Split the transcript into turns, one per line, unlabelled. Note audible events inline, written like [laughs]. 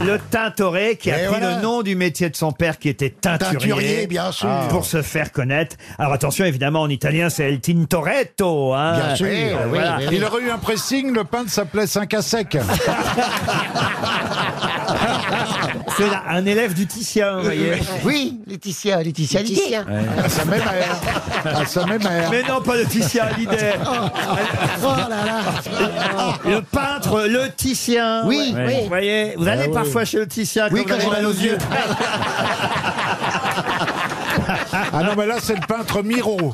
Le Tintoret, qui a
Et
pris
Eh, voilà.
le nom du métier de son père, qui était teinturier. Ah.
Teinturier, bien sûr.
Pour se faire connaître. Alors attention, évidemment, en italien, c'est El Tintoretto. hein.
Bien sûr, Eh,
Euh,
oui,
voilà.
oui, oui.
ben Il aurait eu un pressing, le peintre s'appelait 5 à sec.
C'est là, un élève du Titien, vous voyez.
Oui, Laetitia, Laetitia, Laetitia.
À sa même mère. À sa même mère.
Mais non, pas le
[laughs]
Titien, l'idée.
Oh là là.
Le peintre, le Titien.
Oui,
Ouais.
oui.
Vous voyez, vous allez parfois chez le Titien
Eh Oui,
quand vous avez mal aux yeux.
Ah non, mais là, c'est le peintre Miro.